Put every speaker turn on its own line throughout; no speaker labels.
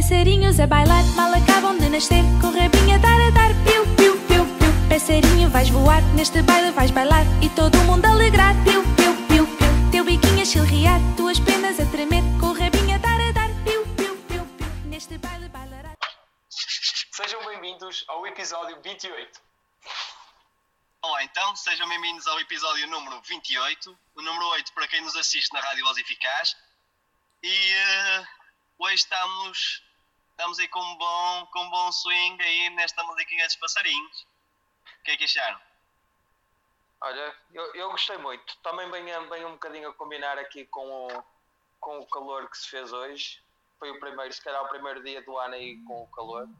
a bailar, mal acabam de nascer. Com rabinha dar a dar, piu, piu, piu, piu. Passarinho vais voar, neste baile vais bailar e todo mundo alegrar, piu, piu, piu, piu. Teu biquinho a chilrear, tuas penas a tremer. Com rabinha dar a dar, piu, piu, piu, piu. Neste baile bailará.
Sejam bem-vindos ao episódio 28.
Olá então, sejam bem-vindos ao episódio número 28, o número 8 para quem nos assiste na Rádio Voz Eficaz. E eh, hoje estamos, estamos aí com um bom, com um bom swing aí nesta musiquinha dos passarinhos. O que é que acharam?
Olha, eu, eu gostei muito. Também bem, bem um bocadinho a combinar aqui com o, com o calor que se fez hoje. Foi o primeiro, se calhar o primeiro dia do ano aí com o calor.
Hum.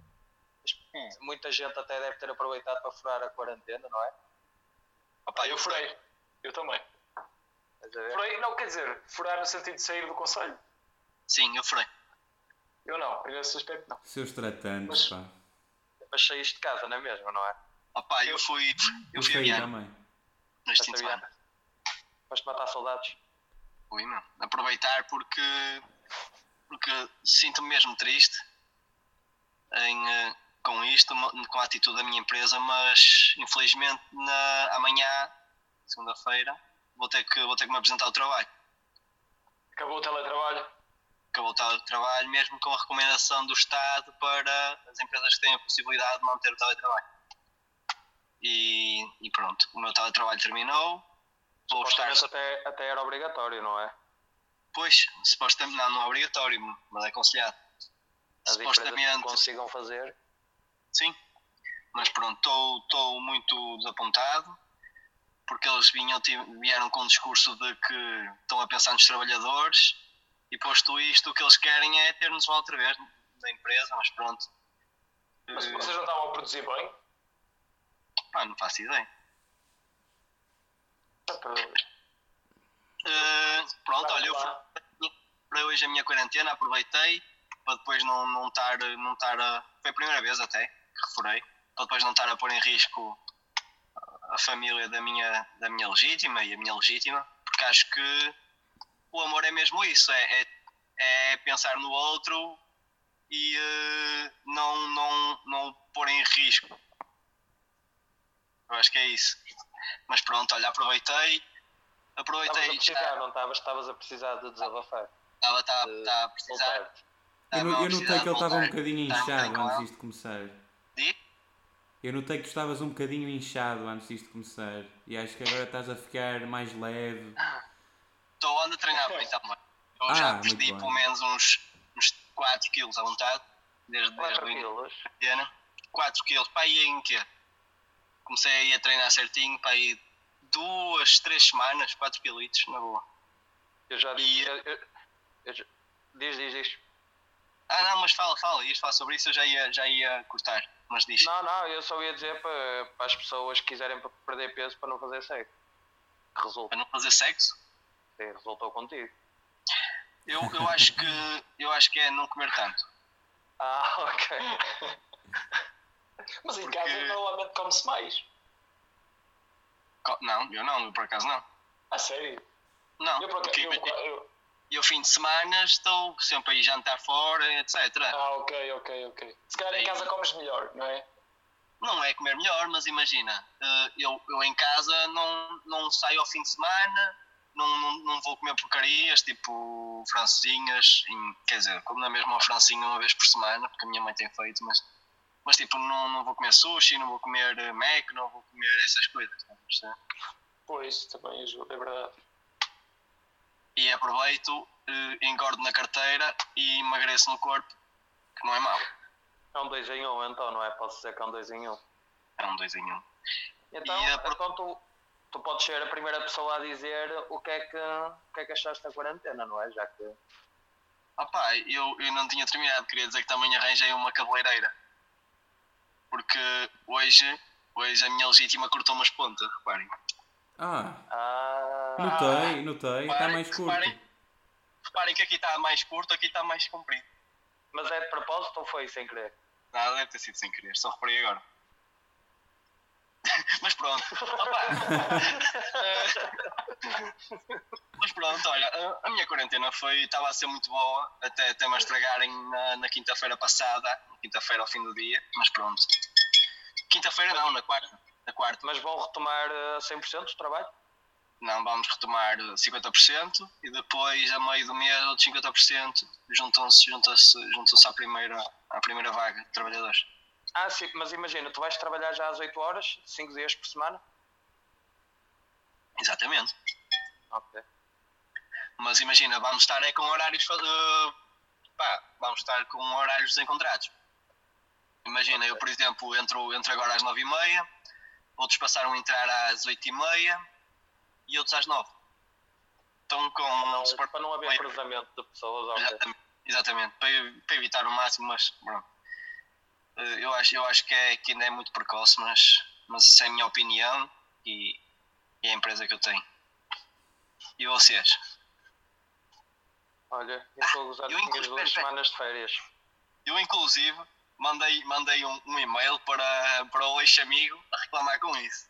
Mas Muita gente até deve ter aproveitado para furar a quarentena, não é?
Opa, eu furei. Eu também.
Estás a ver?
Furei, não, quer dizer, furar no sentido de sair do conselho.
Sim, eu furei.
Eu não, nesse aspecto não.
Seus tratantes,
Mas-
pá.
Mas saíste de casa, não é mesmo, não é?
Opa, eu fui, eu
Eu então.
fui a
saí
Viana
também.
neste fim de
Esta
semana.
viagem. Foste matar soldados.
Fui, meu. Aproveitar porque, porque sinto-me mesmo triste em, eh, com isto, mo- com a atitude da minha empresa, mas infelizmente na, amanhã, segunda-feira, vou ter, que, vou ter que me apresentar ao trabalho.
Acabou o teletrabalho.
Que eu vou estar ao trabalho mesmo com a recomendação do Estado para as empresas que têm a possibilidade de manter o teletrabalho. E, e pronto, o meu teletrabalho terminou. Vou estar
Supostamente até, até era obrigatório, não é?
Pois, supostamente não, não é obrigatório, mas é aconselhado.
As empresas que
Supostamente,
consigam fazer.
sim. Mas pronto, estou muito desapontado, porque eles vinham, ti- vieram com um discurso de que estão a pensar nos trabalhadores, e posto isto, o que eles querem é ter-nos lá outra vez da empresa, mas pronto.
Mas
Hum.
Eh,
vocês não estavam a produzir bem?
pá, não faço ideia.
Só
Então,
para-
Eh, pronto,
Vai
olha, eu fui
lá.
para hoje a minha quarentena, aproveitei para depois não não estar não estar a, foi a primeira vez até que refurei, para depois não estar a pôr em risco a- a família da minha da minha legítima e a minha legítima, porque acho que o amor é mesmo isso, é, é, é pensar no outro e eh, não não não pôr em risco. Eu acho que é isso. Mas pronto, olha, aproveitei,
Estavas a
aproveitei já-
precisar, não estavas? Estavas a precisar de desabafar.
Estava tá,
de
tá a precisar.
soltar-te.
tá
Eu, no-
a
eu notei
precisar
que ele estava um
voltar.
bocadinho
Tá um
inchado
bocadinho
antes
mal.
disto começar.
Di?
Eu notei que tu estavas um bocadinho inchado antes disto começar. E acho que agora estás a ficar mais leve.
Estou ando a treinar bem também. Eu
Ah,
já
muito
perdi
bem.
pelo menos uns, uns 4 quilos à vontade. Desde, desde
4
o início
quilos.
da quarentena. 4 quilos. Pá, e em quê? Comecei aí a treinar certinho, pá, aí duas, três semanas, 4 quilitos, na boa.
Eu já
E-
disse. eu- eu- eu já- diz, diz, diz.
Ah, não, mas fala, fala. Ias falar sobre isso, eu já ia, já ia cortar. Mas diz.
Não, não, eu só ia dizer para, para as pessoas que quiserem pa- perder peso para não fazer sexo. Que resulta,
Para não fazer sexo,
sim, resultou contigo.
eu, eu, acho que, eu acho que é não comer tanto.
Ah, ok.
Mas em
Porque-
casa normalmente come-se mais.
Co- Não, eu não, eu por acaso não.
A sério.
Não,
Eu, um por acaso,
porque
eu-
imagina-
eu-
e ao fim de semana estou sempre aí jantar fora, etc.
Ah, ok, ok, ok. Se calhar em casa comes melhor, não é?
Não é comer melhor, mas imagina, eh, eu, eu em casa não, não saio ao fim de semana, não, não, não vou comer porcarias, tipo francesinhas, em- quer dizer, como na mesma uma francinha uma vez por semana, porque a minha mãe tem feito, mas, mas tipo, não, não vou comer sushi, não vou comer eh, Mac, não vou comer essas coisas, estás a perceber?
Pois, também ajuda, é verdade.
E aproveito, eh, engordo na carteira e emagreço no corpo, que não é mau,
É um 2 em 1 um, então, não é? Posso dizer que é um 2 em 1 um.
é um dois em um.
Então,
E a pro-
então tu, tu podes ser a primeira pessoa a dizer o que é que, o que, é que achaste da quarentena, não é? Já que.
Ah pá, eu, eu não tinha terminado, queria dizer que também arranjei uma cabeleireira. Porque hoje, hoje a minha legítima cortou umas pontas, reparem.
Ah,
Ah,
notei, notei. Está
Reparem-
mais
reparem-
curto.
Reparem que aqui está mais curto, aqui está mais comprido.
mas é de propósito ou foi sem querer?
Nada, deve ter sido sem querer, só reparei agora. Mas pronto. Ah pá. Eh, Mas pronto, olha, a- a minha quarentena foi, estava a ser muito boa, até, até me estragarem na, na quinta-feira passada, quinta-feira ao fim do dia, mas pronto. Quinta-feira não, na quarta. Na quarta.
Mas vão retomar eh, 100% o trabalho?
Não, vamos retomar eh, 50% e depois, a meio do mês, outros 50% juntam-se juntam -se, juntam -se à, primeira, à primeira vaga de trabalhadores.
Ah, sim, mas imagina, tu vais trabalhar já às 8 horas, 5 dias por semana?
Exatamente.
Ok.
Mas imagina, vamos estar é com horários. fa- eh, pá, vamos estar com horários desencontrados. Imagina, eu, por exemplo, entro, entro agora às 9h30, outros passaram a entrar às 8h30 e outros às 9 Estão com.
Não,
um super-
para não haver cruzamento de pessoas, ok.
Exatamente, exatamente, para, ev- para evitar o máximo, mas pronto. Eh, Eu acho, eu acho que, é, que ainda é muito precoce, mas, mas isso é a minha opinião e, e é a empresa que eu tenho. E vocês?
Olha, eu estou a gozar
Ah,
que
eu
tinhas
inclusive-
duas
espera,
semanas de férias.
Eu, inclusive, mandei, mandei um, um e-mail para, para o ex-amigo a reclamar com isso.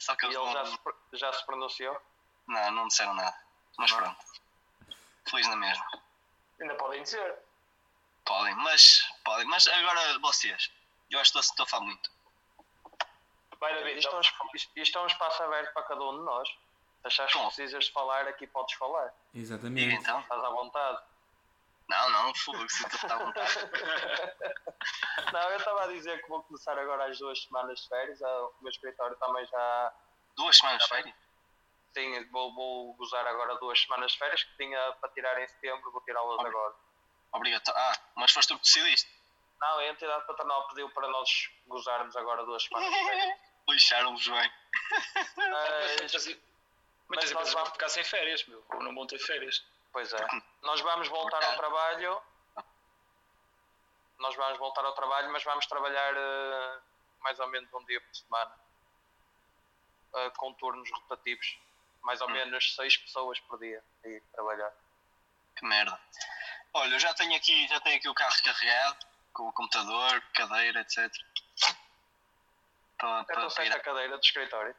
Só que
E
eles
ele já
não,
se, pro- já se pronunciou?
não, não disseram nada. Mas
Não.
pronto. Feliz na mesma.
Ainda podem dizer.
Podem, mas, podem. Mas agora vocês. Eu acho que estou a falar muito.
Vai, David.
Isto é, um,
não.
esp- isto- isto é um espaço aberto para cada um de nós. Achas que
Bom.
precisas de falar, aqui podes falar.
Diga
Exatamente.
então.
Estás à vontade.
Não, não, fogo, se tu tá à vontade.
Não, eu estava a dizer que vou começar agora as duas semanas de férias. Ah, O meu escritório também já
Duas semanas de férias?
tem. Vou, vou gozar agora duas semanas de férias que tinha para tirar em setembro, vou tirá-las
Ok.
agora.
Obrigado. Ah, mas foste tu que decidiste.
Não, a entidade patronal pediu para nós gozarmos agora duas semanas de férias.
Lixaram-vos bem.
Ah,
Mas, mas nós
Muitas, muitas empresas vão
vamos-
é, ficar sem férias, meu. Ou não vão ter férias.
Pois é. Nós vamos voltar ao trabalho. Nós vamos voltar ao trabalho, mas vamos trabalhar eh, mais ou menos um dia por semana. Eh, com turnos rotativos. Mais ou menos seis pessoas por dia aí trabalhar.
Que merda. Olha, eu já tenho aqui, já tenho aqui o carro carregado, com o computador, cadeira, etc. Para,
Eu
para,
estou
para ir
a
à...
cadeira do escritório.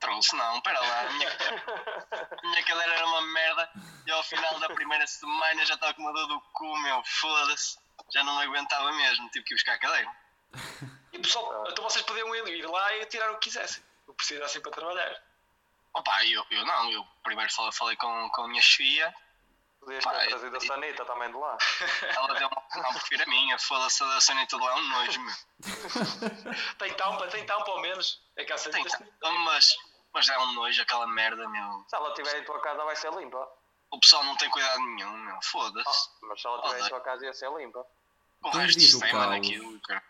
Trouxe, não, pera lá. A minha, a minha cadeira era uma merda e ao final da primeira semana já estava com uma dor do cu, meu, foda-se. Já não aguentava mesmo, tive que ir buscar a cadeira.
E pessoal, então vocês podiam ir ir lá e tirar o que quisessem. O que precisassem para trabalhar.
Opa, eu, eu não, eu primeiro falei, falei com, com a minha chefia,
Podias
Pá,
ter
eu-
trazido a Sanita também de lá.
ela deu uma opção, prefiro a minha, foda-se a da Sanita de lá, é um nojo, meu.
Tem tampa, tem tampa ao menos. É que há
Tem,
certeza.
tá- mas, mas é um nojo aquela merda, meu.
Se ela estiver em tua casa, vai ser limpa.
O pessoal não tem cuidado nenhum, meu.
Oh,
Foda-se.
mas se ela estiver em
Olha.
tua casa, ia ser limpa.
Com o
Tens
resto
de
de sistema
educá-los.
daquilo, cara.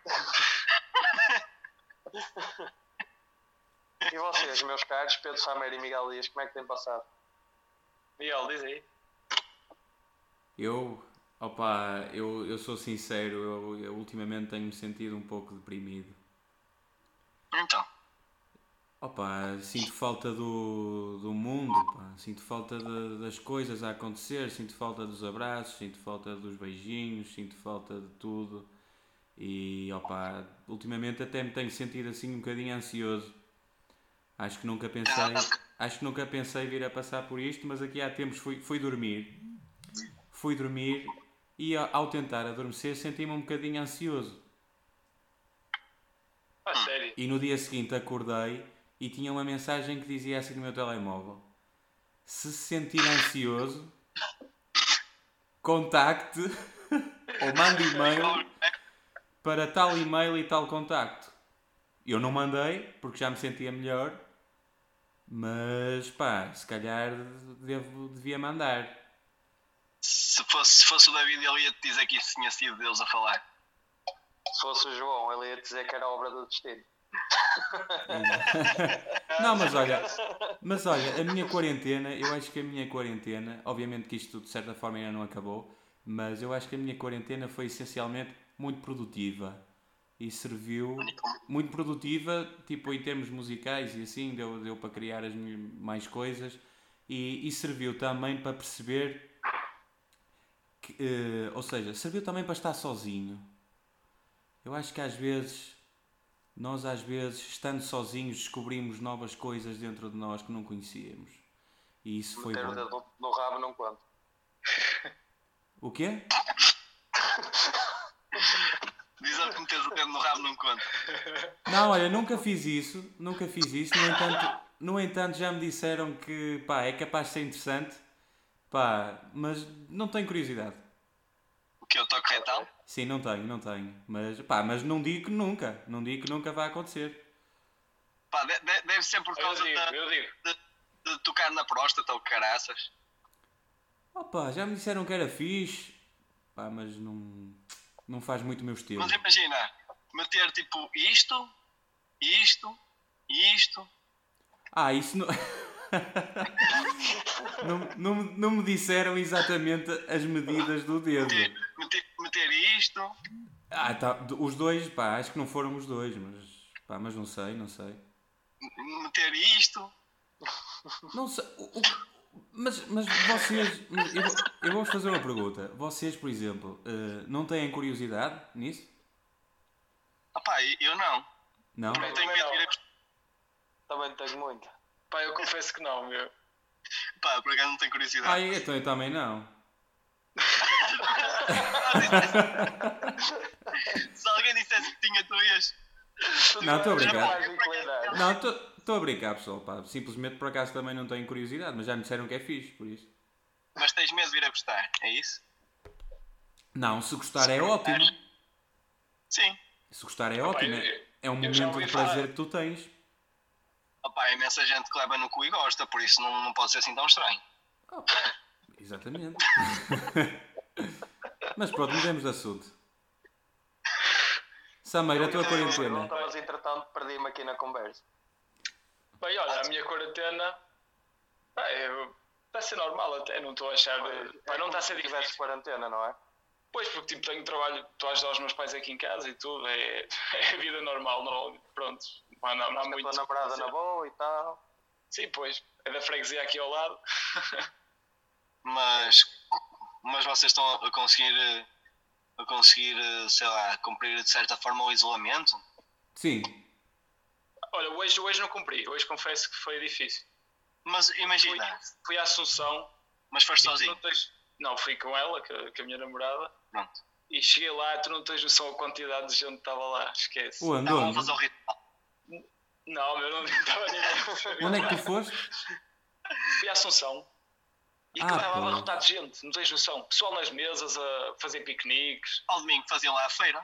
E vocês, meus caros, Pedro Samer e Miguel Dias, como é que têm passado?
Miguel, diz aí.
Eu, opa, eu, eu sou sincero, eu, eu ultimamente tenho-me sentido um pouco deprimido.
Então,
Opa, sinto falta do, do mundo, pá. sinto falta de- das coisas a acontecer, sinto falta dos abraços, sinto falta dos beijinhos, sinto falta de tudo. E opa, ultimamente até me tenho sentido assim um bocadinho ansioso. Acho que nunca pensei, acho que nunca pensei vir a passar por isto, mas aqui há tempos fui, fui dormir. Fui dormir e a- ao tentar adormecer senti-me um bocadinho ansioso.
Ah,
Hum.
sério.
E no dia seguinte acordei e tinha uma mensagem que dizia assim no meu telemóvel: Se se sentir ansioso, contacte ou mande e-mail para tal e-mail e tal contacto. Eu não mandei porque já me sentia melhor, mas pá, se calhar devo, devia mandar.
se fosse, se fosse o David, ele ia te dizer que isso tinha sido Deus a falar.
Se fosse o João, ele ia dizer que era obra do destino.
Não, mas olha, mas olha, a minha quarentena, eu acho que a minha quarentena, obviamente que isto de certa forma ainda não acabou, mas eu acho que a minha quarentena foi essencialmente muito produtiva e serviu muito produtiva, tipo em termos musicais e assim, deu, deu para criar as mi- mais coisas e, e serviu também para perceber que, eh, ou seja, serviu também para estar sozinho. Eu acho que às vezes Nós, às vezes, estando sozinhos, descobrimos novas coisas dentro de nós que não conhecíamos. E isso foi
Meter o
bom.
dedo no- no rabo não conta.
O quê?
Diz ao que meteres o dedo no rabo não conta.
Não, olha, nunca fiz isso, nunca fiz isso. No entanto, no entanto já me disseram que pá, é capaz de ser interessante, pá, mas não tenho curiosidade.
O que eu toco retal?
Sim, não tenho, não tenho. Mas pá, mas não digo que nunca, não digo que nunca vai acontecer.
Pá, de- de- deve ser por
Eu
causa
digo,
da-
eu digo.
de, de tocar na próstata ou caraças.
Opa, já me disseram que era fixe, pá, mas não, não faz muito o meu estilo.
Mas imagina, meter tipo isto, isto, isto.
Ah, isso não. não, não, me- não me disseram exatamente as medidas do dedo.
Meter, meter, meter isto.
Ah, tá, os dois, pá, acho que não foram os dois, mas pá, mas não sei, não sei.
Meter isto.
Não sei. o- o- mas, mas vocês. mas Eu, vou- eu vou-vos fazer uma pergunta. Vocês, por exemplo, eh, não têm curiosidade nisso?
Opá, Ah, eu não.
Não?
Eu tenho medo de ir a
Também não tenho muito.
Pá, eu confesso que não, meu.
Pá, por acaso não tenho
Ah,
curiosidade.
então eu também não.
Se alguém dissesse que tinha, tu ias.
Não, estou
Não
a brincar.
vais inclinar.
Não, estou a brincar, pessoal, pá. Simplesmente por acaso também não tenho curiosidade, mas já me disseram que é fixe, por isso.
Mas tens medo de ir a gostar, é isso?
Não, se gostar é ótimo.
Sim.
Se gostar é ótimo. é- É um
eu já
momento
ouvi
de prazer
falar.
que tu tens.
Opá, há imensa gente que leva no cu e gosta, por isso não, não pode ser assim tão estranho.
Exatamente. mas pronto, mudemos de assunto. Sameira, a tua quarentena.
Pergunta, mas um entretanto perdi-me aqui na conversa.
Bem, olha, a minha quarentena. Pá, eu. Está a ser normal até, não estou a achar. Pá, não está a ser
Eh, Se
difícil.
tivesse quarentena, não é?
Pois, porque tipo, tenho trabalho, estou a ajudar os meus pais aqui em casa e tudo, é, é a vida normal, não, é? pronto, pá, não, não
Mas
há
com a
muito.
tua namorada na boa e tal.
Sim, pois, é da freguesia aqui ao lado.
Mas, mas vocês estão a conseguir, eh, a conseguir, eh, sei lá, cumprir de certa forma o isolamento?
Sim.
Olha, hoje, hoje não cumpri, hoje confesso que foi difícil.
Mas
Fui,
imagina,
fui à Assunção,
mas foste
e tu
sozinho.
não, tens- não, fui com ela, com, com a minha namorada,
Pronto.
e cheguei lá, tu não tens noção a quantidade de gente que estava lá, esquece.
O Andor.
Estavam a fazer o ritual.
Não, meu, não estava ninguém.
Onde é que tu foste?
Fui à Assunção. E
Ah,
que estava
pois.
abarrotado de gente, não tens noção. Pessoal nas mesas a fazer piqueniques.
Ao domingo faziam lá a feira.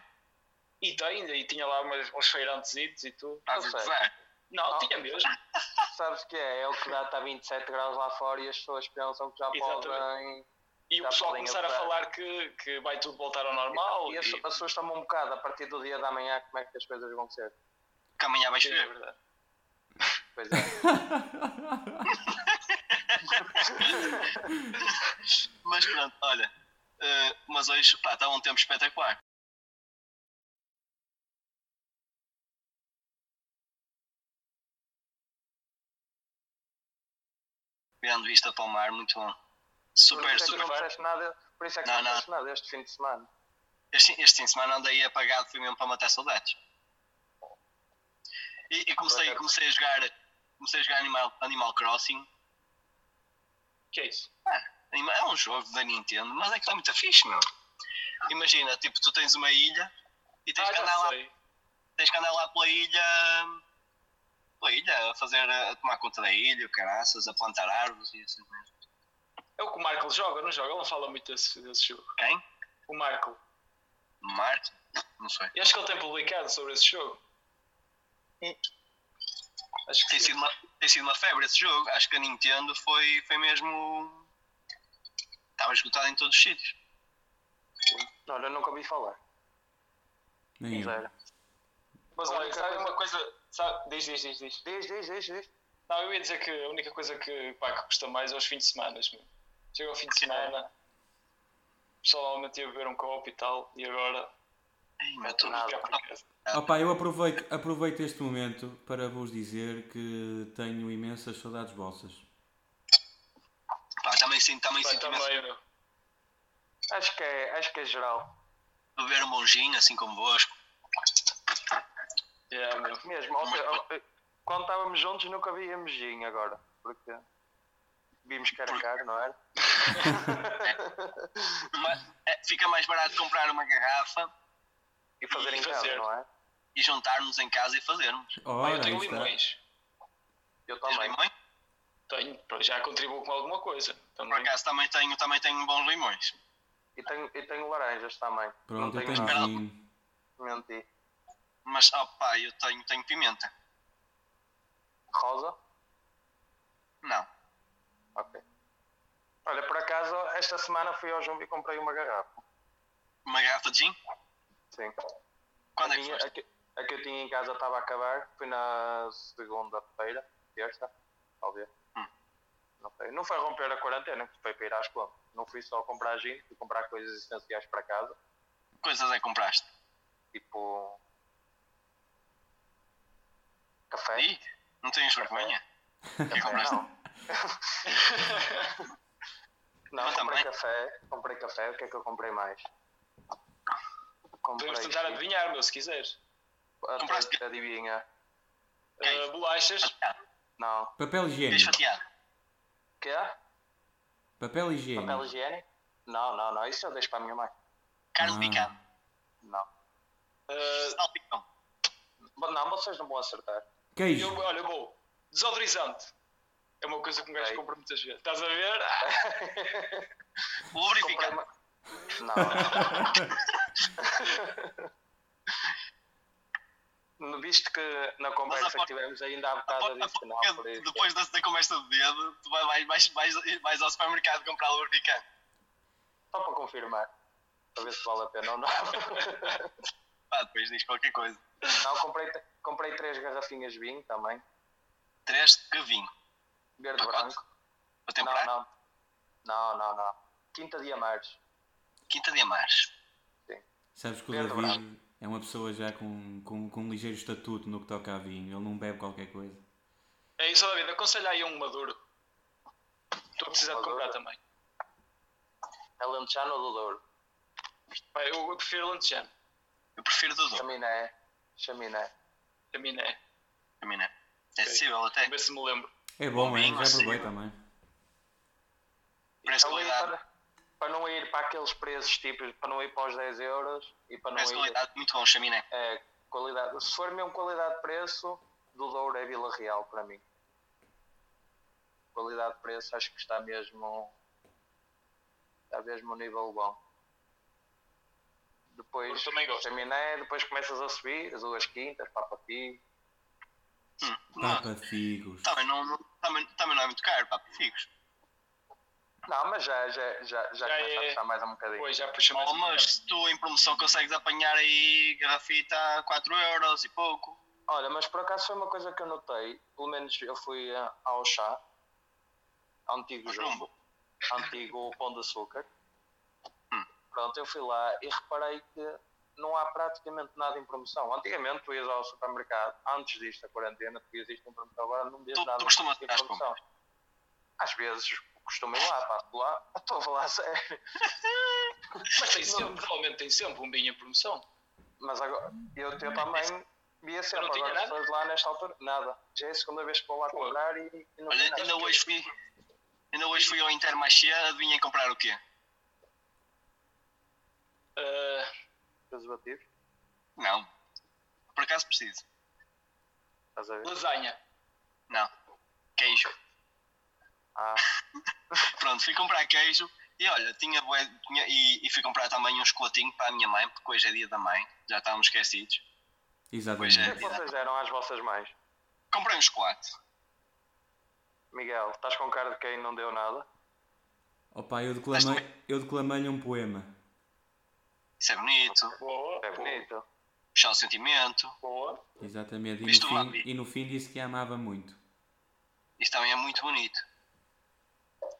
E tem, e tinha lá umas, uns feirantesitos e tudo.
Estás a
sei.
gozar.
Não,
Ah.
tinha mesmo.
Sabes que é? É o que dá, está 27 graus lá fora e as pessoas pensam que já
Exatamente.
podem.
E o
Já
pessoal
podem
começar a
entrar.
falar que, que vai tudo voltar ao normal.
E
E,
as as pessoas estão um bocado a partir do dia da manhã como é que as coisas vão ser.
Que amanhã vais
Sim, é
ver.
verdade.
Pois é.
Mas pronto, olha. eh, mas hoje, pá, estava um tempo espetacular. Grande vista para o mar, muito bom.
Por
Super,
isso é que
super.
não fizeste nada, por isso é que
Não,
não,
não.
fizeste nada este fim de semana.
Este, este fim de semana andei apagado, fui mesmo para matar saudades. E, e comecei, comecei a jogar, comecei a jogar Animal, Animal Crossing.
Que é isso?
Anima- É um jogo da Nintendo, mas é que está muito fixe, meu. Imagina, tipo, tu tens uma ilha e tens,
Ah,
que
já
andar lá,
sei.
tens que andar lá pela ilha. pela ilha, a fazer, a tomar conta da ilha, o caraças, a plantar árvores e assim.
É o que o Marco joga, não joga? Ele não fala muito desse, desse jogo.
Quem?
O Marco.
Marco? Não sei.
E acho que ele tem publicado sobre esse jogo.
Hum.
Acho que
tem
sim.
sido, uma, tem sido uma febre esse jogo. Acho que a Nintendo foi, foi mesmo. Estava esgotada em todos os sítios.
Olha, eu nunca ouvi falar.
Nem eu.
Zero.
Mas
A
olha,
única
sabe
coisa-
uma coisa. Sabe... Diz, diz, diz, diz.
Diz, diz, diz, diz.
Não, eu ia dizer que a única coisa que, pá, que custa mais é os fins de semana. meu. Chega ao fim de semana, o pessoal normalmente ia beber um copo e tal, e agora
Ai, meu, tô-
ficar por casa.
Opa, eu aproveito, aproveito este momento para vos dizer que tenho imensas saudades vossas.
Pá, também sinto, também
Pá,
sinto imenso
também, meu.
Acho que é, acho que é geral.
beber um bom gin, assim como vosco.
Yeah, meu.
Mesmo, ontem- ontem- eh, quando estávamos juntos nunca víamos Jim agora, porque vimos cara a cara, não é? era?
Uma- é, fica mais barato comprar uma garrafa
E fazer
E
em
fazer.
casa, não é?
e juntarmos em casa e fazermos.
Pá,
Ora,
eu tenho
aí está.
limões.
Eu
Tens
também.
limões?
Tenho, pá, já contribuo com alguma coisa.
Tá
Por
Também.
acaso também tenho, também tenho bons limões.
E tenho, e tenho laranjas também. não
Pronto, eu
tenho tipo.
tenho um
nada.
gin.
menti.
Mas opá, eu tenho, tenho pimenta.
Rosa?
Não.
Ok. Olha, por acaso, esta semana fui ao Jumbo e comprei uma garrafa.
Uma garrafa de gin?
Sim.
Quando
a,
é que
minha-
foste?
a que, a que eu tinha em casa estava a acabar. Fui na segunda-feira, terça, talvez.
Hum.
Não sei. Não foi romper a quarentena, que foi para ir à escola. Não fui só comprar gin, fui comprar coisas essenciais para casa.
Coisas é que compraste?
Tipo... Café.
Aí? Não tens vergonha? O que é que compraste?
Não. Não,
Mas
comprei
também.
café. Comprei café. O que é que eu comprei mais? Comprei. tipo,
Podemos tentar adivinhar, meu, se quiseres.
Ah,
Compraste-
tenta adivinhar.
Ok.
Ah, bolachas.
Fatiado.
Não.
Papel
Tens
higiênico.
fatiado.
Quê?
Papel
Papel
higiênico.
higiênico? Não, não, não. Isso eu deixo para a minha mãe.
Carne
Ah.
picada.
Não.
Ah,
Salpicão.
Bom, Não, vocês não vão acertar.
Queijo.
eu, olha, eu vou. Desodorizante. É uma coisa que um gajo
Ok.
compra muitas vezes. Estás a ver? Ah,
Comprei
Lubrificante.
uma... Não. Não viste que na conversa
Mas a
que tivemos ainda há bocado eu disse que não, por isso.
Depois da, da conversa de dedo, tu vai- vais, vais, vais, vais ao supermercado comprar lubrificante.
Só para confirmar. Para ver se vale a pena ou não.
Pá, depois diz qualquer coisa.
Não, comprei, comprei três garrafinhas de vinho também.
Três de vinho.
Verde
Pacote?
branco. Não,
Para temperar.
não. Não, não, não. Quinta de Amares.
Quinta de Amares.
Sabes que o
Pedro
David é uma pessoa já com, com, com um ligeiro estatuto no que toca a vinho. Ele não bebe qualquer coisa.
É isso, David. Aconselha aí um maduro. Estou a precisar de
Maduro?
comprar também.
É Lentejano ou do Douro?
Pá, eu, eu prefiro lentejano.
Eu prefiro Dudu.
Chaminé. Chaminé.
A mim é.
Também não é. É acessível até.
Vamos ver se me lembro.
É bom,
Bom
é?
vinho,
Já
assim.
provei também.
Preço
Ali
qualidade.
para, para não ir para aqueles preços tipos, para não ir para os 10 euros e para não
Preço
ir.
qualidade muito bom, chaminé.
É, qualidade. Se for mesmo qualidade-preço, do Douro é Vila Real para mim. Qualidade-preço acho que está mesmo. Está mesmo um nível bom. Depois
Eu também gosto.
chaminé, depois começas a subir, as duas quintas, papapi.
Hum, não,
Papa figos.
também, não, não- também, também não é muito caro, pá, figos.
Não, mas já, já, já, já
Já
começa a
é-
puxar mais um bocadinho.
Pois, já puxa mais.
Oh,
um
é.
mas se tu em promoção consegues apanhar aí garrafita a 4 euros e pouco.
Olha, mas por acaso foi uma coisa que eu notei, pelo menos eu fui eh, ao chá, ao antigo
Ao
Jumbo, ao antigo Pão de Açúcar.
Hum.
Pronto, eu fui lá e reparei que não há praticamente nada em promoção. Antigamente tu ias ao supermercado, antes disto, a quarentena, tu ias isto em promoção, agora não vês
Tu-
nada
tu costumas
em
ir às
promoção. Às vezes costumo ir lá, passo lá, estou a falar a sério.
Mas tem sempre, provavelmente tem sempre um vinho em promoção.
Mas agora, eu, eu também via sempre
tinha
agora as
nada?
pessoas lá nesta altura, nada. Já é a segunda vez que vou lá
Pô.
comprar e, e não vi
Olha,
nada.
ainda hoje fui, ainda hoje fui ao Intermarché, adivinha comprar o quê?
Ah,
preservativos,
Não. Por acaso preciso?
estás a ver?
lasanha.
Não. Queijo.
Ah,
Pronto, fui comprar queijo e olha, tinha, bué- tinha- e, e fui comprar também um chocolatinho para a minha mãe, porque hoje é dia da mãe, já estávamos esquecidos.
Exatamente.
o que é que vocês eram às vossas mães?
Comprei um chocolate.
Miguel, estás com cara de quem não deu nada?
Opa, eu declamei- eu declamei-lhe um poema.
Isso é bonito,
Boa.
É bonito.
puxar o sentimento.
Boa.
Exatamente. E no,
Isto lá,
fim,
vi.
e no fim disse que a amava muito.
Isso também é muito bonito.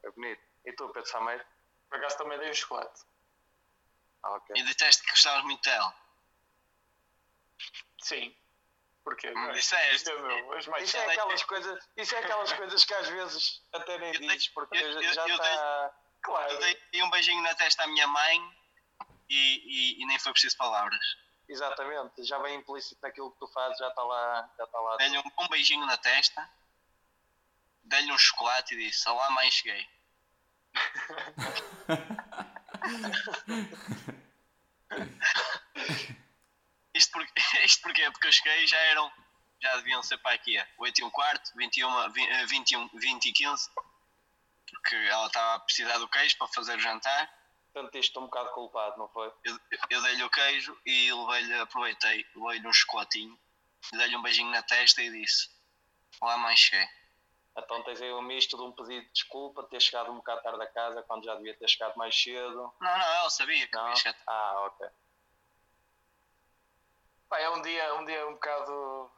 É bonito. E tu, Pedro Sameiro?
Por acaso também dei um chocolate.
Ah, ok.
E deteste que gostavas muito dela.
Sim. Porquê?
Não
Não,
disseste.
Isto é meu. Os mais
Isso é aquelas coisas, isso é aquelas coisas que às vezes até nem
Eu
dizes
dei-
porque
eu- eu-
já
eu
está.
Claro.
Eu dei um beijinho na testa à minha mãe e, e- e nem foi preciso palavras.
Exatamente, já vem implícito naquilo que tu fazes, já está lá. Já está lá.
Dei-lhe um bom beijinho na testa, dei-lhe um chocolate e disse: Olá, mãe, cheguei. Isto porque, isto porque, é porque eu cheguei e já eram, já deviam ser para aqui, 8 e um quarto, 21, 21, 20 e 15, porque ela estava a precisar do queijo para fazer o jantar.
Portanto, isto um bocado culpado, não foi?
Eu, eu dei-lhe o queijo e levei-lhe, aproveitei, levei-lhe um chocolatinho, dei-lhe um beijinho na testa e disse: Olá, mãe, cheguei.
Então tens aí um misto de um pedido de desculpa, de ter chegado um bocado tarde a casa quando já devia ter chegado mais cedo.
Não, não, ela sabia que eu
Não?
ia chegar.
Ah, ok.
Pá, é um dia, um dia um bocado.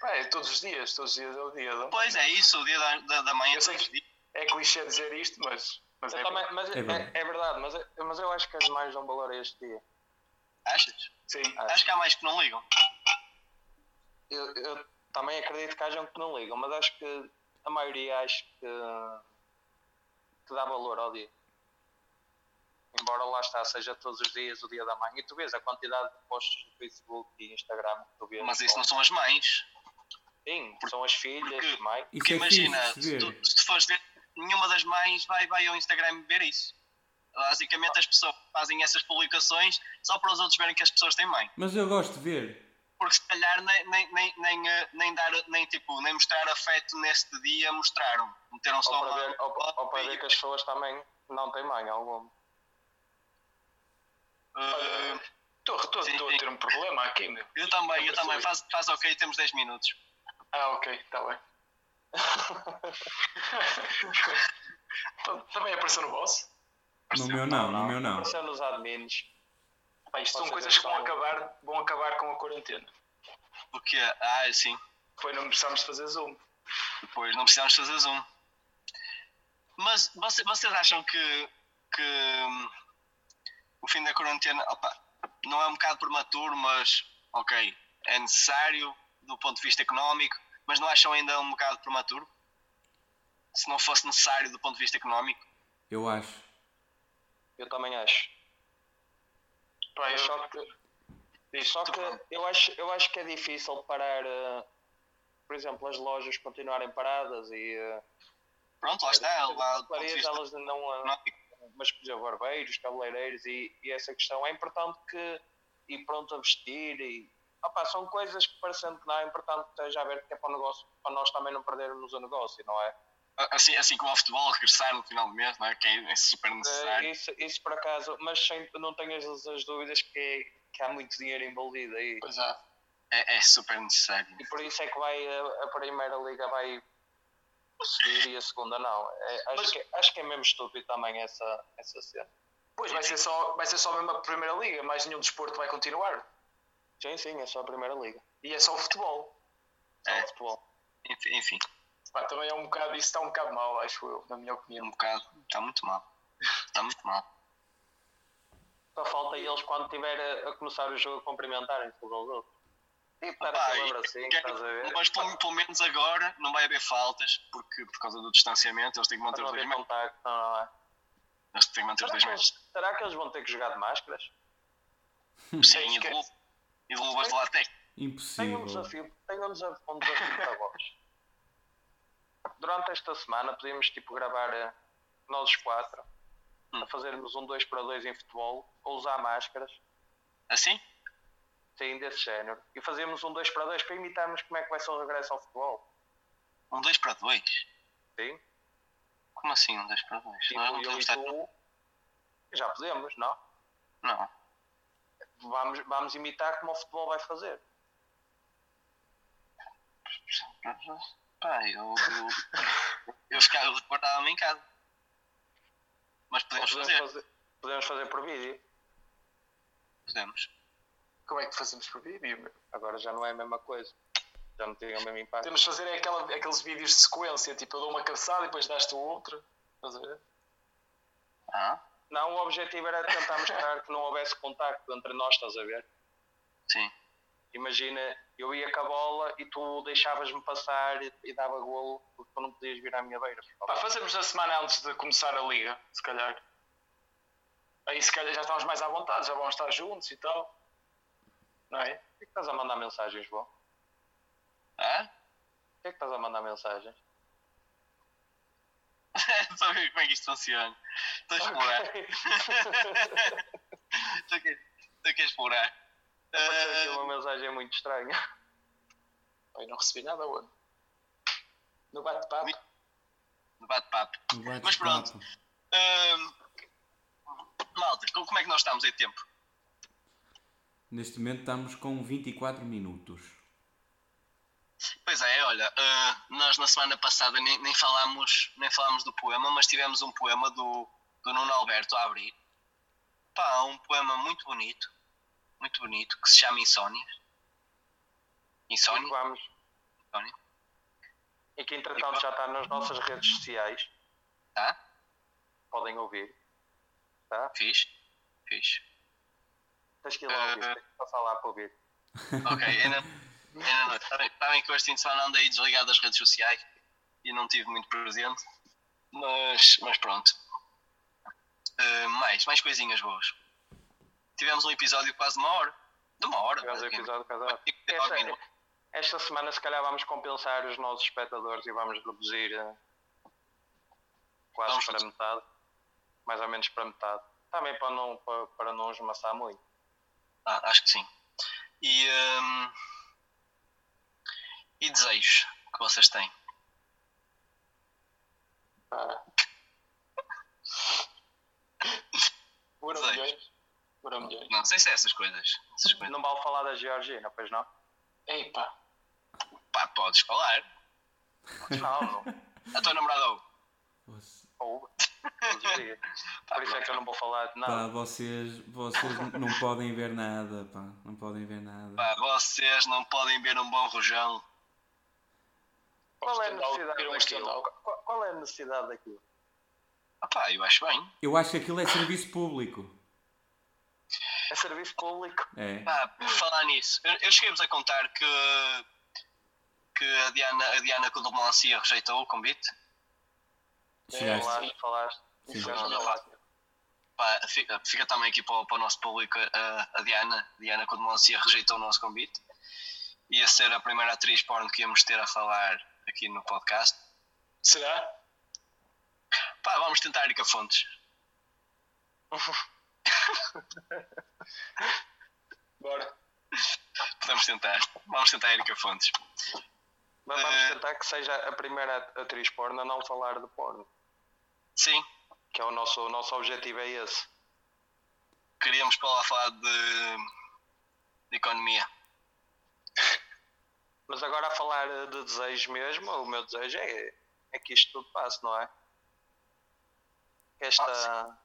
Pá, é todos os dias, todos os dias é o dia. Não?
Pois é isso, o dia da, da, da mãe é
Eu sei
todos os
que-
dias.
É clichê dizer isto, mas. mas
Eu
é
também- mas é,
É verdade.
é verdade, mas, eu- mas eu acho que as mães dão valor a este dia.
Achas?
Sim,
Acho que há mais que não ligam.
Eu, eu também acredito que hajam que não ligam, mas acho que a maioria acho que, que dá valor ao dia. Embora lá está, seja todos os dias o dia da mãe. E tu vês a quantidade de posts do Facebook e Instagram que tu vês.
Mas isso
com-
não são as mães.
Sim, são as filhas,
Porque-
mãe.
Isso é
imagina,
fixe de
se
ver.
tu, se tu fores ver, nenhuma das mães vai, vai ao Instagram ver isso. Basicamente, as pessoas fazem essas publicações só para os outros verem que as pessoas têm mãe.
Mas eu gosto de ver.
Porque se calhar nem, nem, nem, nem, eh, nem dar, nem, tipo, nem mostrar afeto neste dia, mostraram. Meteram só
Ou para,
lá.
ver, ou, ou para ver que as pessoas também não têm mãe alguma.
Eh,
estou estou-
Sim,
estou a
sim.
ter um problema aqui, meu.
eu também, eu
Nunca
também.
soube.
Faz, faz ok, temos 10 minutos.
Ah, ok, está bem. Então, Também apareceu no boss?
No meu não, no meu não.
Apareceu é nos admins.
Pá, isto são
Vocês
coisas que vão
estão-
acabar, vão acabar com a quarentena.
Porque, ah, sim.
Foi não precisamos de fazer zoom.
Pois, não precisamos fazer zoom. Mas você- vocês acham que, que, hum, o fim da quarentena opa, não é um bocado prematuro, mas ok, é necessário do ponto de vista económico, mas não acham ainda um bocado prematuro? Se não fosse necessário do ponto de vista económico?
Eu acho.
Eu também acho.
Pá, eu,
Mas só que,
diz,
só
tu-
que eu, acho, eu acho que é difícil parar, eh, por exemplo, as lojas continuarem paradas e eh,
Pronto, lá está, é um lá do ponto de
clarias
vista
elas não. eh,
económico.
mas por exemplo, barbeiros, cabeleireiros e, e essa questão é importante que e pronto a vestir e opá, são coisas que parecendo que não é importante que esteja aberto que é para o negócio, para nós também não perdermos o negócio, não é?
Assim, assim como ao futebol, regressar no final do mês, não é? que é super necessário.
Eh, Isso, isso por acaso, mas sem, não tenho as, as dúvidas que, é- que há muito dinheiro envolvido aí.
Pois há.
É, é super necessário.
E por isso é que vai a, a primeira liga vai subir e a segunda não. É, acho,
Mas-
que, acho que é mesmo estúpido também essa, essa cena.
Pois vai ser, só, vai ser só mesmo a primeira liga, mais nenhum desporto vai continuar.
Sim, sim, é só a primeira liga.
E é só o futebol.
Só
É.
o futebol.
Enfim, enfim,
Pá, também é um bocado, isso está um bocado mal, acho eu, na minha opinião.
um bocado, está muito mal. Está muito mal.
Só falta eles quando tiver a, a começar o jogo cumprimentarem-se com o outro. Tipo, dar
Pá,
aquele
e- é
abracinho,
quer-
estás a ver?
Mas pelo, pelo menos agora não vai haver faltas, porque por causa do distanciamento eles têm que
Para
manter
não
os dois
haver
metros.
contacto, não, não é?
Eles têm que manter
Será
os dois
que,
metros.
eles, será que eles vão ter que jogar de máscaras?
Sim, e de
esquece.
luva- e de luvas de látex.
Tenho
Impossível.
um desafio, tenho um desafio, um desafio para vós. Durante esta semana podíamos tipo gravar eh, nós os quatro
Hum.
a fazermos um 2 para 2 em futebol ou usar máscaras,
Assim?
sim, desse género, e fazermos um 2 para 2 para imitarmos como é que vai ser o regresso ao futebol.
Um 2 para 2?
Sim?
Como assim um 2 para 2?
Tipo,
Nós não
eu e
podemos estar.
tu já podemos, não?
Não.
Vamos, vamos imitar como o futebol vai fazer.
Pá, eu. Eu, eu, ficava- eu recordava-me em casa. Mas podemos
podemos,
fazer.
fazer, podemos fazer por vídeo.
Podemos.
Como é que fazemos por vídeo, meu?
Agora já não é a mesma coisa. Já não tem o mesmo impacto.
Podemos fazer é aquela, aqueles vídeos de sequência, tipo, eu dou uma cabeçada e depois dás-te outra. Estás a ver?
Ah,
Não, o objetivo era tentar mostrar que não houvesse contacto entre nós, estás a ver?
sim.
Imagina, eu ia com a bola e tu deixavas-me passar e, e dava golo porque tu não podias vir à minha beira. por
Pá,
favor.
fazemos na semana antes de começar a liga, se calhar. Aí se calhar já estamos mais à vontade, já vamos estar juntos e tal. não é?
que é que estás a mandar mensagens, João? O
Hã?
que é que estás a mandar mensagens?
Só ver como é que isto funciona. Estou a explorar. Estou aqui- estou aqui a explorar.
Apareceu
Ah,
Então, aqui uma mensagem muito estranha.
Oi, não recebi nada hoje. No bate-papo.
no bate-papo.
No Um bate-papo.
Mas pronto. Ah, Ahm, malta, co- como é que nós estamos aí de tempo?
Neste momento estamos com 24 minutos.
Pois é, olha, ah, nós na semana passada nem, nem, falámos, nem falámos do poema, mas tivemos um poema do, do Nuno Alberto a abrir. Pá, um poema muito bonito, muito bonito, que se chama Insónias.
E que
Insónia?
vamos.
Insónia,
E que entretanto já está nas nossas redes sociais.
tá?
Podem ouvir. Tá?
Fiz? Fiz.
Tens que ir lá ouvir. Tens que passar lá para ouvir.
Ok, ainda, ainda não. Sabem, sabem que hoje fim de semana andei desligado das redes sociais e não tive muito presente, mas, mas pronto. Eh, mais, mais coisinhas boas. Tivemos um episódio de quase uma hora. De uma hora.
Tivemos o
basicamente.
episódio é- casado.
Tipo, de nove
Esta,
minutos.
esta semana se calhar vamos compensar os nossos espectadores e vamos reduzir eh, quase
Vamos
para
reduzir.
metade. Mais ou menos para metade. Também para não, para, para não os maçar muito.
Ah, acho que sim. E, ehm, e desejos que vocês têm.
Foram
Sei.
milhões. Foram milhões.
Não sei se é essas coisas. Essas coisas.
Não vale falar da Georgina, pois não?
Eipa.
Pá, podes falar.
Não, não.
A tua namorada ouve.
Você-
Ou todos os dias. Por isso é que eu não vou falar de
Pá,
nada.
vocês, vocês não podem ver nada, pá. Não podem ver nada.
Pá, vocês não podem ver um bom rojão.
Qual é a
Estendal,
necessidade
viram um
daquilo?
estendal.
Qual- Qual é a necessidade daquilo?
Ah, pá, eu acho bem.
Eu acho que aquilo é serviço público.
É serviço público.
É.
Pá, por
Hum.
falar nisso, eu, eu cheguei-vos a contar que, que a Diana, a Diana Codomelancia rejeitou o convite.
Chegaste.
Falaste, falaste.
é. Sim.
Isso é
Não, não.
verdade.
Pá, fica, fica também aqui para, o- para o nosso público, eh, a, a Diana, Diana Codomelancia rejeitou o nosso convite. Ia ser a primeira atriz porno que íamos ter a falar aqui no podcast.
Será?
Pá, vamos tentar Erika Fontes.
Bora.
Podemos tentar. Vamos tentar Erika Fontes.
Mas vamos
Eh.
tentar que seja a primeira atriz porno a não falar de porno.
Sim,
Que é o nosso, o nosso objetivo, é esse.
queríamos para lá falar de, de economia.
Mas agora a falar eh, de desejos mesmo, o meu desejo é, é que isto tudo passe, não é? Esta.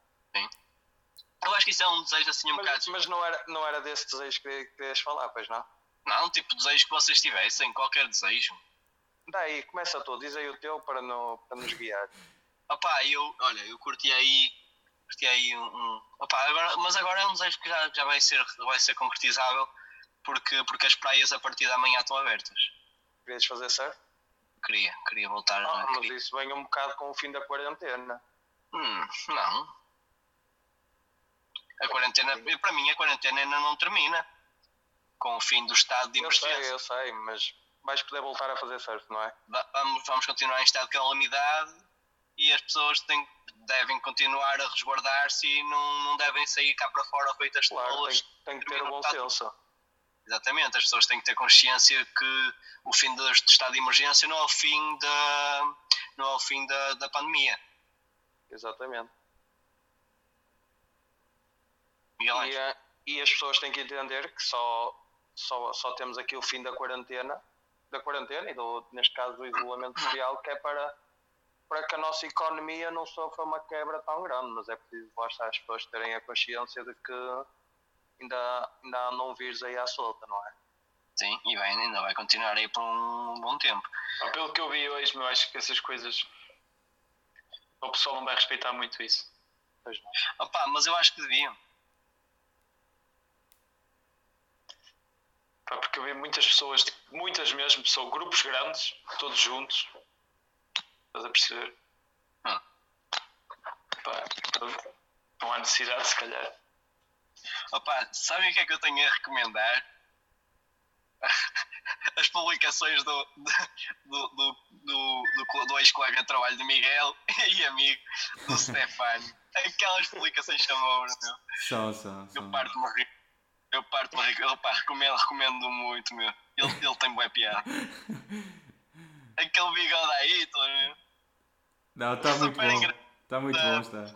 Eu acho que isso é um desejo assim um
Ah, Mas,
bocado.
mas não, era, não era desse desejo que querias falar, pois não?
Não, tipo, desejo que vocês tivessem, qualquer desejo.
Daí, começa tu, diz aí o teu para, no, para nos guiar.
Opá, eu, olha, eu curti aí, curti aí um, um opá, agora, mas agora é um desejo que já, já vai, ser, vai ser concretizável, porque, porque as praias a partir da manhã estão abertas.
Querias fazer certo?
Queria, queria voltar,
Ah, mas
queria-
isso vem um bocado com o fim da quarentena.
Hum, não. A quarentena, para mim, a quarentena ainda não termina, com o fim do estado de
Eu sei,
emergência.
eu sei, mas vais poder voltar a fazer surf, não é?
Va- Vamos, vamos continuar em estado de calamidade e as pessoas têm, devem continuar a resguardar-se e não, não devem sair cá para fora feitas
Claro,
tolas.
tem, tem que ter o bom senso.
Exatamente, as pessoas têm que ter consciência que o fim do do estado de emergência não é o fim da, não é o fim da, da pandemia.
Exatamente.
Miguel
E,
Ângelo.
eh, e as pessoas têm que entender que só, só, só temos aqui o fim da quarentena, da quarentena e do, neste caso do isolamento social, que é para, para que a nossa economia não sofra uma quebra tão grande, mas é preciso lá está, as pessoas terem a consciência de que ainda, ainda andam vírus aí à solta, não é?
Sim, e vai, ainda vai continuar aí por um bom tempo.
Ah, pelo que eu vi hoje, meu, acho que essas coisas. O pessoal não vai respeitar muito isso.
Pois não.
Opa, mas eu acho que deviam.
Pá, porque eu vi muitas pessoas, tipo, muitas mesmo, são grupos grandes, todos juntos. Estás a perceber?
Hum.
Pá, pronto. não há necessidade, se calhar.
Opa, sabem o que é que eu tenho a recomendar? as publicações do, do, do, do, do, do ex-colega de trabalho de Miguel e amigo do Stefano. Aquelas publicações chamou meu.
Só, só,
Eu
só.
parto-me a rir. Eu parto-me a rir. Eu, pá, recomendo, recomendo muito, meu. Ele, ele tem boa piada. Aquele bigode aí, estás a ver?
Não, está muito
Super
bom.
engra-
Está muito bom, está.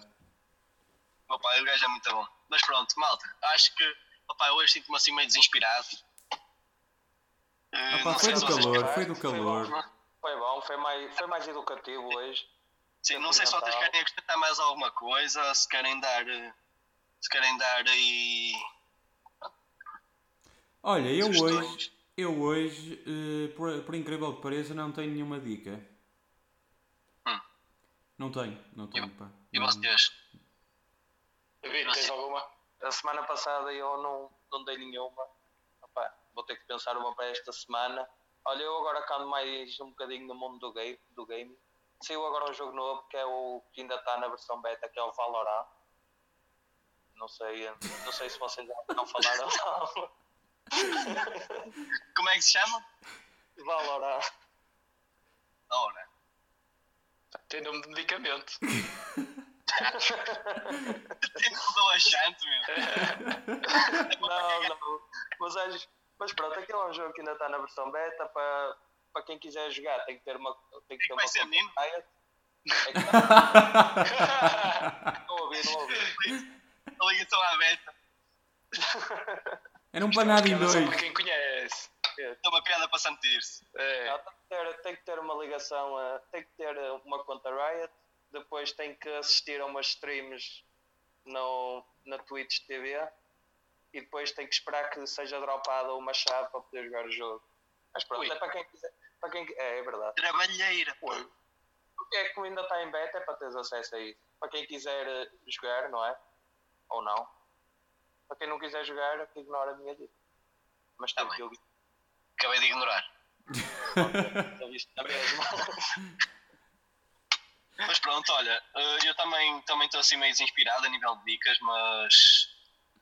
Opa, o gajo é muito bom. Mas pronto, malta, acho que opa, hoje sinto-me assim meio desinspirado. Eh,
Opa,
não
foi
sei
do
se vocês
calor,
querem-
foi do calor.
Foi bom, foi mais, foi mais educativo hoje.
Sim, não sei se vocês
Natal.
querem acrescentar mais alguma coisa, se querem dar. eh, Se querem dar aí.
Olha, eu
Sugestões?
hoje, eu hoje eh, por, por incrível que pareça, não tenho nenhuma dica.
Hum.
Não tenho, não tenho, pá.
E
Não-
vocês?
David, tens alguma?
A semana passada eu não, não dei nenhuma. Opá, vou ter que pensar uma para esta semana. Olha, eu agora cando mais um bocadinho no mundo do game, do game. Saiu agora um jogo novo que é o que ainda está na versão beta, que é o Valorant. Não sei, não sei se vocês já ouviram falar ou não.
Como é que se chama?
Valorant.
Ora.
Tem nome de medicamento.
Estou achando, meu.
Não, não. Mas, acho- mas pronto, aquele é um jogo que ainda está na versão beta. Para, para quem quiser jogar, tem que ter uma. Tem que ter
Vai
uma
ser menino?
conta. Não ouvi, não ouvi.
A ligação à beta.
Era um panado em
Piada só É, para
dois.
quem conhece.
É uma piada para sentir-se.
É.
Não, tem, que ter, tem que ter uma ligação, a- tem que ter uma conta Riot, depois tem que assistir a umas streams no, na Twitch TV e depois tem que esperar que seja dropada uma chave para poder jogar o jogo. Mas pronto,
Ui.
é para quem quiser. Para quem, é, é verdade.
Trabalheira.
Porque é que ainda está em beta, é para teres acesso a isso. Para quem quiser eh, jogar, não é? Ou não. Para quem não quiser jogar, que ignora a minha dica. Mas
Tá
tem que
bem.
ouvir
Acabei de ignorar.
isto na mesma.
Mas pronto, olha, eh, eu também também estou assim meio desinspirado a nível de dicas, mas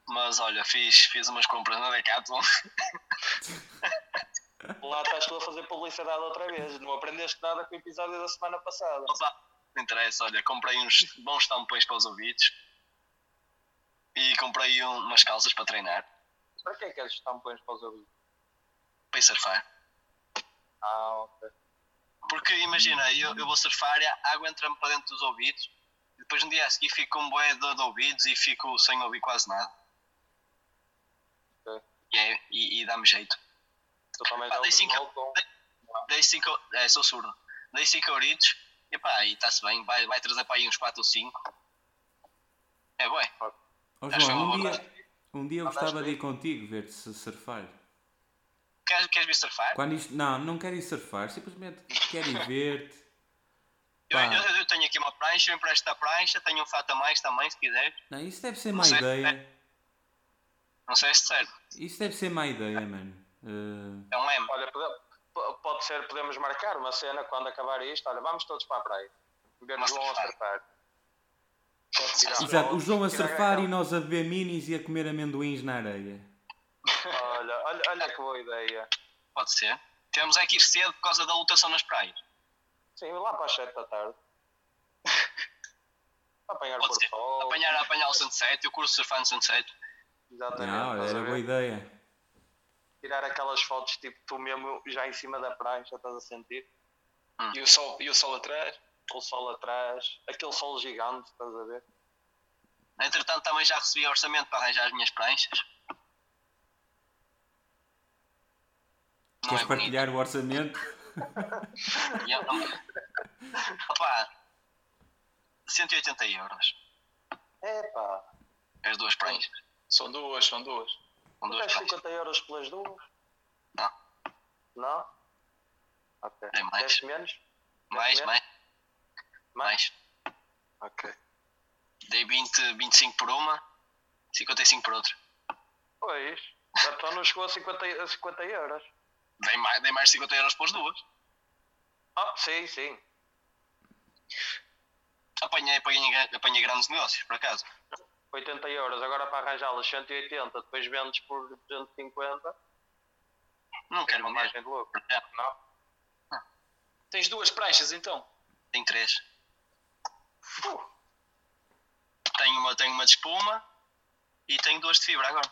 mas olha, fiz, fiz umas compras na Decathlon.
Lá estás tu a fazer publicidade outra vez. Não aprendeste nada com o episódio da semana passada.
Opa, não interessa, olha, comprei uns bons tampões para os ouvidos e comprei um- umas calças para treinar,
Para que é que esses tampões para os ouvidos?
para ir surfar.
Ah, ok.
Porque imagina, eu, eu vou surfar e a água entra-me para dentro dos ouvidos, e depois no dia a seguir fico com um boé de dor de ouvidos e fico sem ouvir quase nada.
Ok.
E, é- e- e dá-me jeito.
Tu também
Pá,
já
dei
ouves
cinco-
mal com...
dei 5 é, sou surdo, dei 5 euritos e pá, e está-se bem, vai, vai trazer para aí uns 4 ou 5. É bem,
Ó
acho que é
João,
uma
um
boa
dia, um dia eu gostava de ir contigo ver-te se surfar.
queres, queres vir surfar?
Quando isto, não, não quero ir surfar, simplesmente quero ir ver-te.
Eu,
Pá.
eu- eu tenho aqui uma prancha, eu empresto a prancha, tenho um fato a mais também, se quiser.
Não, isso deve ser má
sei.
ideia.
Não sei se serve,
Isso deve ser má ideia, mano. Eh,
é um lema.
Olha, pode, p- pode ser, podemos marcar uma cena quando acabar isto. Olha, vamos todos para a praia. Ver o
Vamos
João a
surfar.
surfar.
exato, o João a
Tirar
surfar e
aquela-
nós a beber minis e a comer amendoins na areia.
Olha, olha, olha que boa ideia.
Pode ser. Temos é que ir cedo por causa da lotação nas praias.
Sim, lá para as 7 da tarde. Apanhar
Pode
por
ser.
sol.
Apanhar, apanhar o sunset, eu curso surfar no sunset.
Exatamente.
Não,
estás a
era
ver?
boa ideia.
Tirar aquelas fotos tipo tu mesmo já em cima da praia, já estás a sentir.
E o sol, e o sol atrás?
aquele sol atrás, aquele sol gigante, estás a ver?
Entretanto, também já recebi orçamento para arranjar as minhas pranchas. Não
Queres
é bonito.
partilhar o orçamento?
E eu não- Opa, 180 euros.
Epá,
As duas praias.
São duas, são duas.
não
São duas
tens
praias.
50 É euros pelas duas?
Não,
Não? Ok.
É mais.
Deste menos?
mais,
mesmo?
mais,
Mais?
mais.
Ok.
Dei 20, 25 por uma, 55 por outra.
Pois, então não chegou a 50, e- a 50 euros.
Dei mais, dei mais 50 euros para as duas.
Ah, sim, sim.
Apanhei, apanhei, gra- apanhei grandes negócios, por acaso.
80 euros, agora para arranjá-las 180, depois vendes por 250.
Não quero
uma
vender.
margem de lucro.
Já,
Não?
Tens duas pranchas então?
tenho três.
Pô,
Tenho uma, tenho uma de espuma e tenho duas de fibra agora.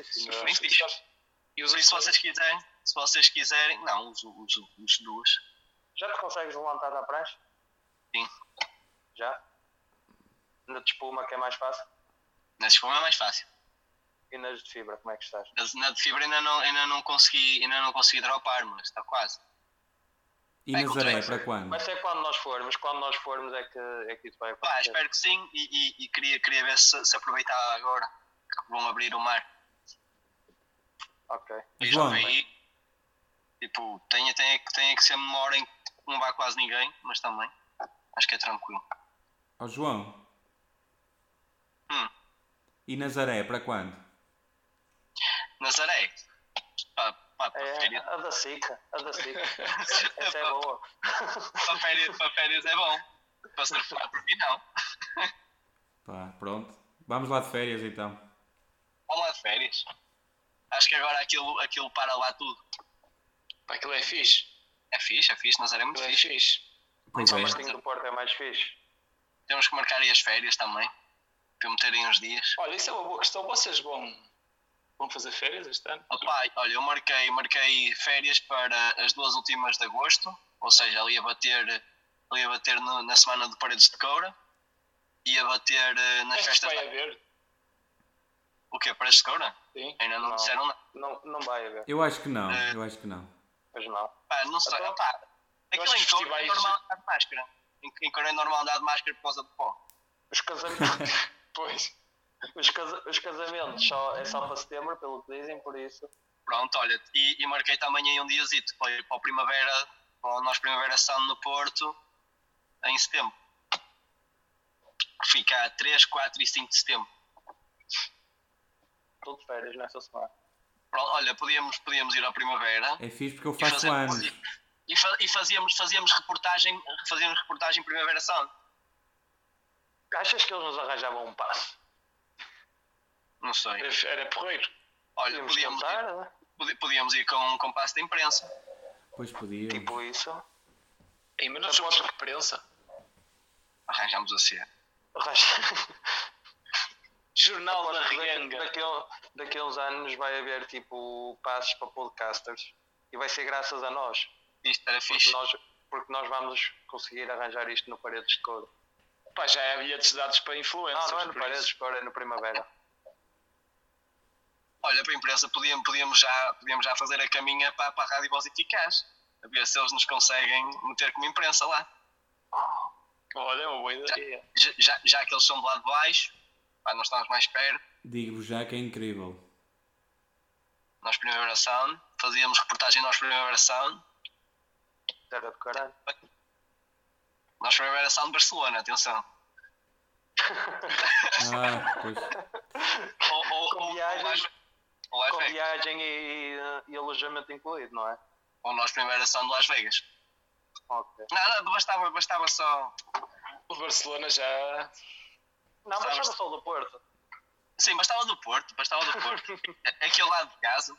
isso
Mas
não-
bem fixe.
E
Por
os
isso, se vocês quiserem, se vocês quiserem, não, uso, uso, uso duas.
Já te consegues levantar da prancha?
Sim.
Já? Na de espuma, que é mais fácil.
Na de espuma é mais fácil.
E nas de fibra, como é que estás?
Na de- Na de fibra ainda não, ainda não consegui, ainda não consegui dropar, mas está quase.
E
Vai
Nazaré,
acontecer.
para quando?
Mas é quando nós formos, quando nós formos é que, é que isso vai
Pá,
acontecer.
espero que sim e, e- e queria, queria ver se, se aproveitava agora que vão abrir o mar.
Ok.
E
João.
já aí, tipo, tem, tem, tem que ser uma hora em que não vai quase ninguém, mas também acho que é tranquilo.
Ó João.
Hum.
E Nazaré, para quando?
Nazaré, pá, pá, para
É,
férias-
a da Sica, a da Sica. Essa é boa.
para férias- para férias é bom. Para surfar para mim não.
Pá, pronto. Vamos lá de férias então.
Vamos lá de férias. Acho que agora aquilo, aquilo para lá tudo.
Pá, aquilo é fixe.
É fixe, é fixe, Nazaré é muito
Aquilo é
fixe.
fixe.
Pois
O
é.
Martinho do Porto é mais fixe.
Temos que marcar aí as férias também. Para eu meterem uns dias.
Olha, isso é uma boa questão. Vocês vão, vão fazer férias este ano?
Opa, olha, eu marquei, marquei férias para as duas últimas de agosto, ou seja, ali a bater, ali a bater no- na semana de Paredes de Coura e a bater eh, nas
Mas
festas.
vai haver,
O quê? Paredes de Coura?
sim.
Ainda não,
Não.
disseram nada.
Não, não vai haver,
Eu acho que não, eu acho que não.
mas não.
Pá, não sei.
Então,
Opa, aquilo
acho
em
que
Coura é
festivais-
normal andar de máscara. Em, em Coura é normal andar de máscara por causa do pó.
Os casamentos,
Pois.
os casa- os casamentos só, é só para setembro, pelo que dizem, por isso.
Pronto, olha, e, e marquei também aí um diazito para ir para o Primavera, para o nosso Primavera Sound no Porto, em setembro. Fica a 3, 4 e 5 de setembro.
Tudo de férias nessa semana.
Pronto, olha, podíamos, podíamos ir à Primavera
É fixe porque eu
e,
faço
fazer,
anos.
e, fa- e fazíamos, fazíamos reportagem, fazíamos reportagem Primavera Sound.
Achas que eles nos arranjavam um passo?
Não sei.
Era, era porreiro.
Olha,
Podíamos
podíamos ir,
tentar, né?
podi- podíamos ir com, com passe de imprensa.
Pois podia.
tipo isso.
Ei, mas nós somos de prensa.
Arranjamos a ser.
Arranja-
Jornal da
Daqui,
Rianga.
daqui, a- daqui a uns anos vai haver tipo passos para podcasters e vai ser graças a nós
Isto era
porque,
fixe.
nós, porque nós vamos conseguir arranjar isto no Paredes de Couro.
Pá, já há bilhetes dados para influencers.
Não, não é no
por isso.
Paredes de Couro, é no Primavera.
Olha, para a imprensa podíamos, podíamos, já, podíamos já fazer a caminha para, para a Rádio Voz Eficaz. A ver se eles nos conseguem meter como imprensa lá.
Olha, é uma boa ideia.
Já, já, já que eles são do lado de baixo, pá, nós estamos mais perto,
Digo-vos já que é incrível.
nós Primavera Sound, fazíamos reportagem nós Primavera Sound,
Era do caralho.
nós Primavera Sound Barcelona, atenção.
Ah, pois.
Ou, ou,
Com
ou, ou,
viagens-
mais- ou Las
Com
Vegas.
viagem e, e, e alojamento incluído, não é?
Ou nós Primavera Sound de Las Vegas.
Ok.
Não, não, bastava, bastava só.
O Barcelona já.
Não, mas
Sabes-
era só do Porto.
Sim, bastava do Porto, bastava do Porto. A- Aquele lado de casa.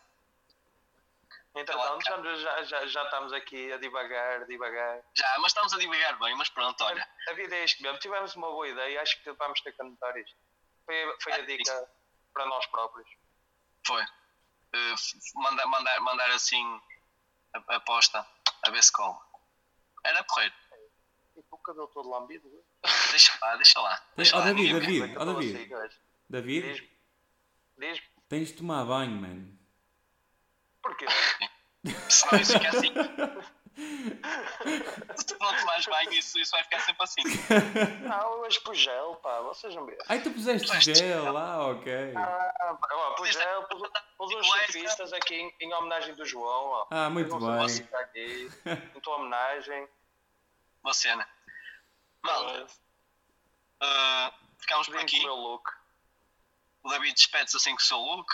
Entretanto, já, já, já, já estamos aqui a divagar, divagar.
Já, mas estamos a divagar bem, mas pronto, olha.
A vida é isto mesmo. Tivemos uma boa ideia, acho que vamos ter que anotar isto. Foi, foi a
Ah,
dica para nós próprios.
Foi. Eh, f- f- mandar, mandar, mandar assim a, a posta a ver se cola. Era porreiro.
E com o cabelo todo lambido. viu?
Deixa lá, deixa lá. Deixa
Ó,
lá,
David,
ninguém
David.
vê.
Eu
ó,
tô
David.
assim, gajo.
David,
Diz-me. Diz-me
tens de tomar banho, mano.
porquê?
Senão isso fica assim. se tu não tomares banho, isso, isso vai ficar sempre assim.
Ah, hoje pus gel, pá, vocês não vêem.
Ai, tu puseste
Puseste
gel lá, ok.
Ah, pá, ó, pus
Puseste-
gel, pus, pus uns
Ué,
surfistas aqui em, em homenagem do João. Ó.
Ah, muito
Não sei se
bem.
está aqui, em tua homenagem.
Boa cena. Malta, eh, ficámos por
Vim com o
aqui.
meu look.
O David despede-se assim com o seu look.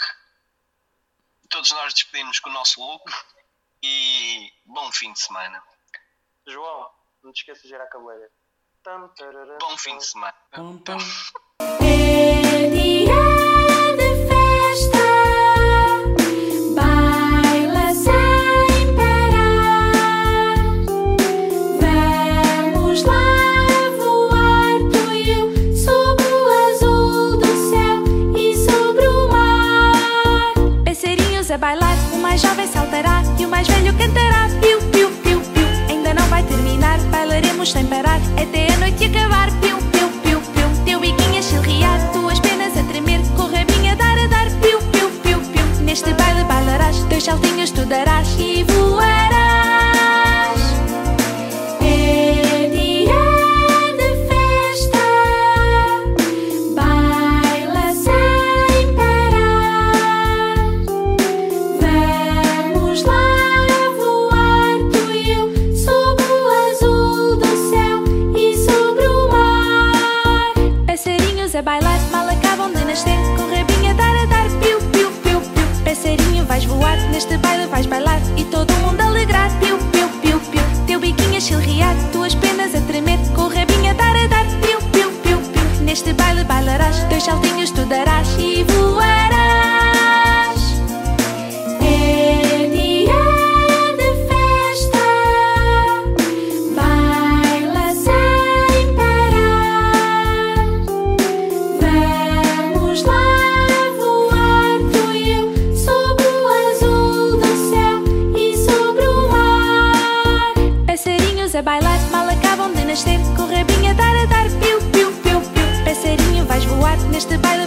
Todos nós despedimos com o nosso look. E bom fim de semana.
João, não te esqueças de girar a cabeleira. Tam, tarará,
Bom fim de semana.
Pam, pam.
É dia de festa, é até a noite acabar. Piu, piu, piu, piu. Teu biquinho a chilrear, tuas penas a tremer, com o rabinho a dar, a dar. Piu, piu, piu, piu. Neste baile bailarás, dois saltinhos tu darás e voarás. É dia de é festa, baila sem parar. Vamos lá voar, tu e eu, sobre o azul do céu e sobre o mar. Passarinhos a bailar, mal acabam de nascer, com o rabinho a dar, a dar, piu, piu, piu, piu. Passarinho, vais voar, neste baile vais bailar e todo mundo alegrar, piu, piu, piu, piu. Teu biquinho a chilrear, tuas penas a tremer, com o rabinho a dar, a dar, piu, piu, piu, piu. Neste baile bailarás, dois saltinhos tu darás e voarás. É dia é de festa, baila sem parar. Vamos lá voar, tu e eu, sobre o azul do céu e sobre o mar. Passarinhos a bailar, mal acabam de nascer, com o rabinho a dar, a dar, piu, piu, piu, piu. Passarinho, vais voar neste baile.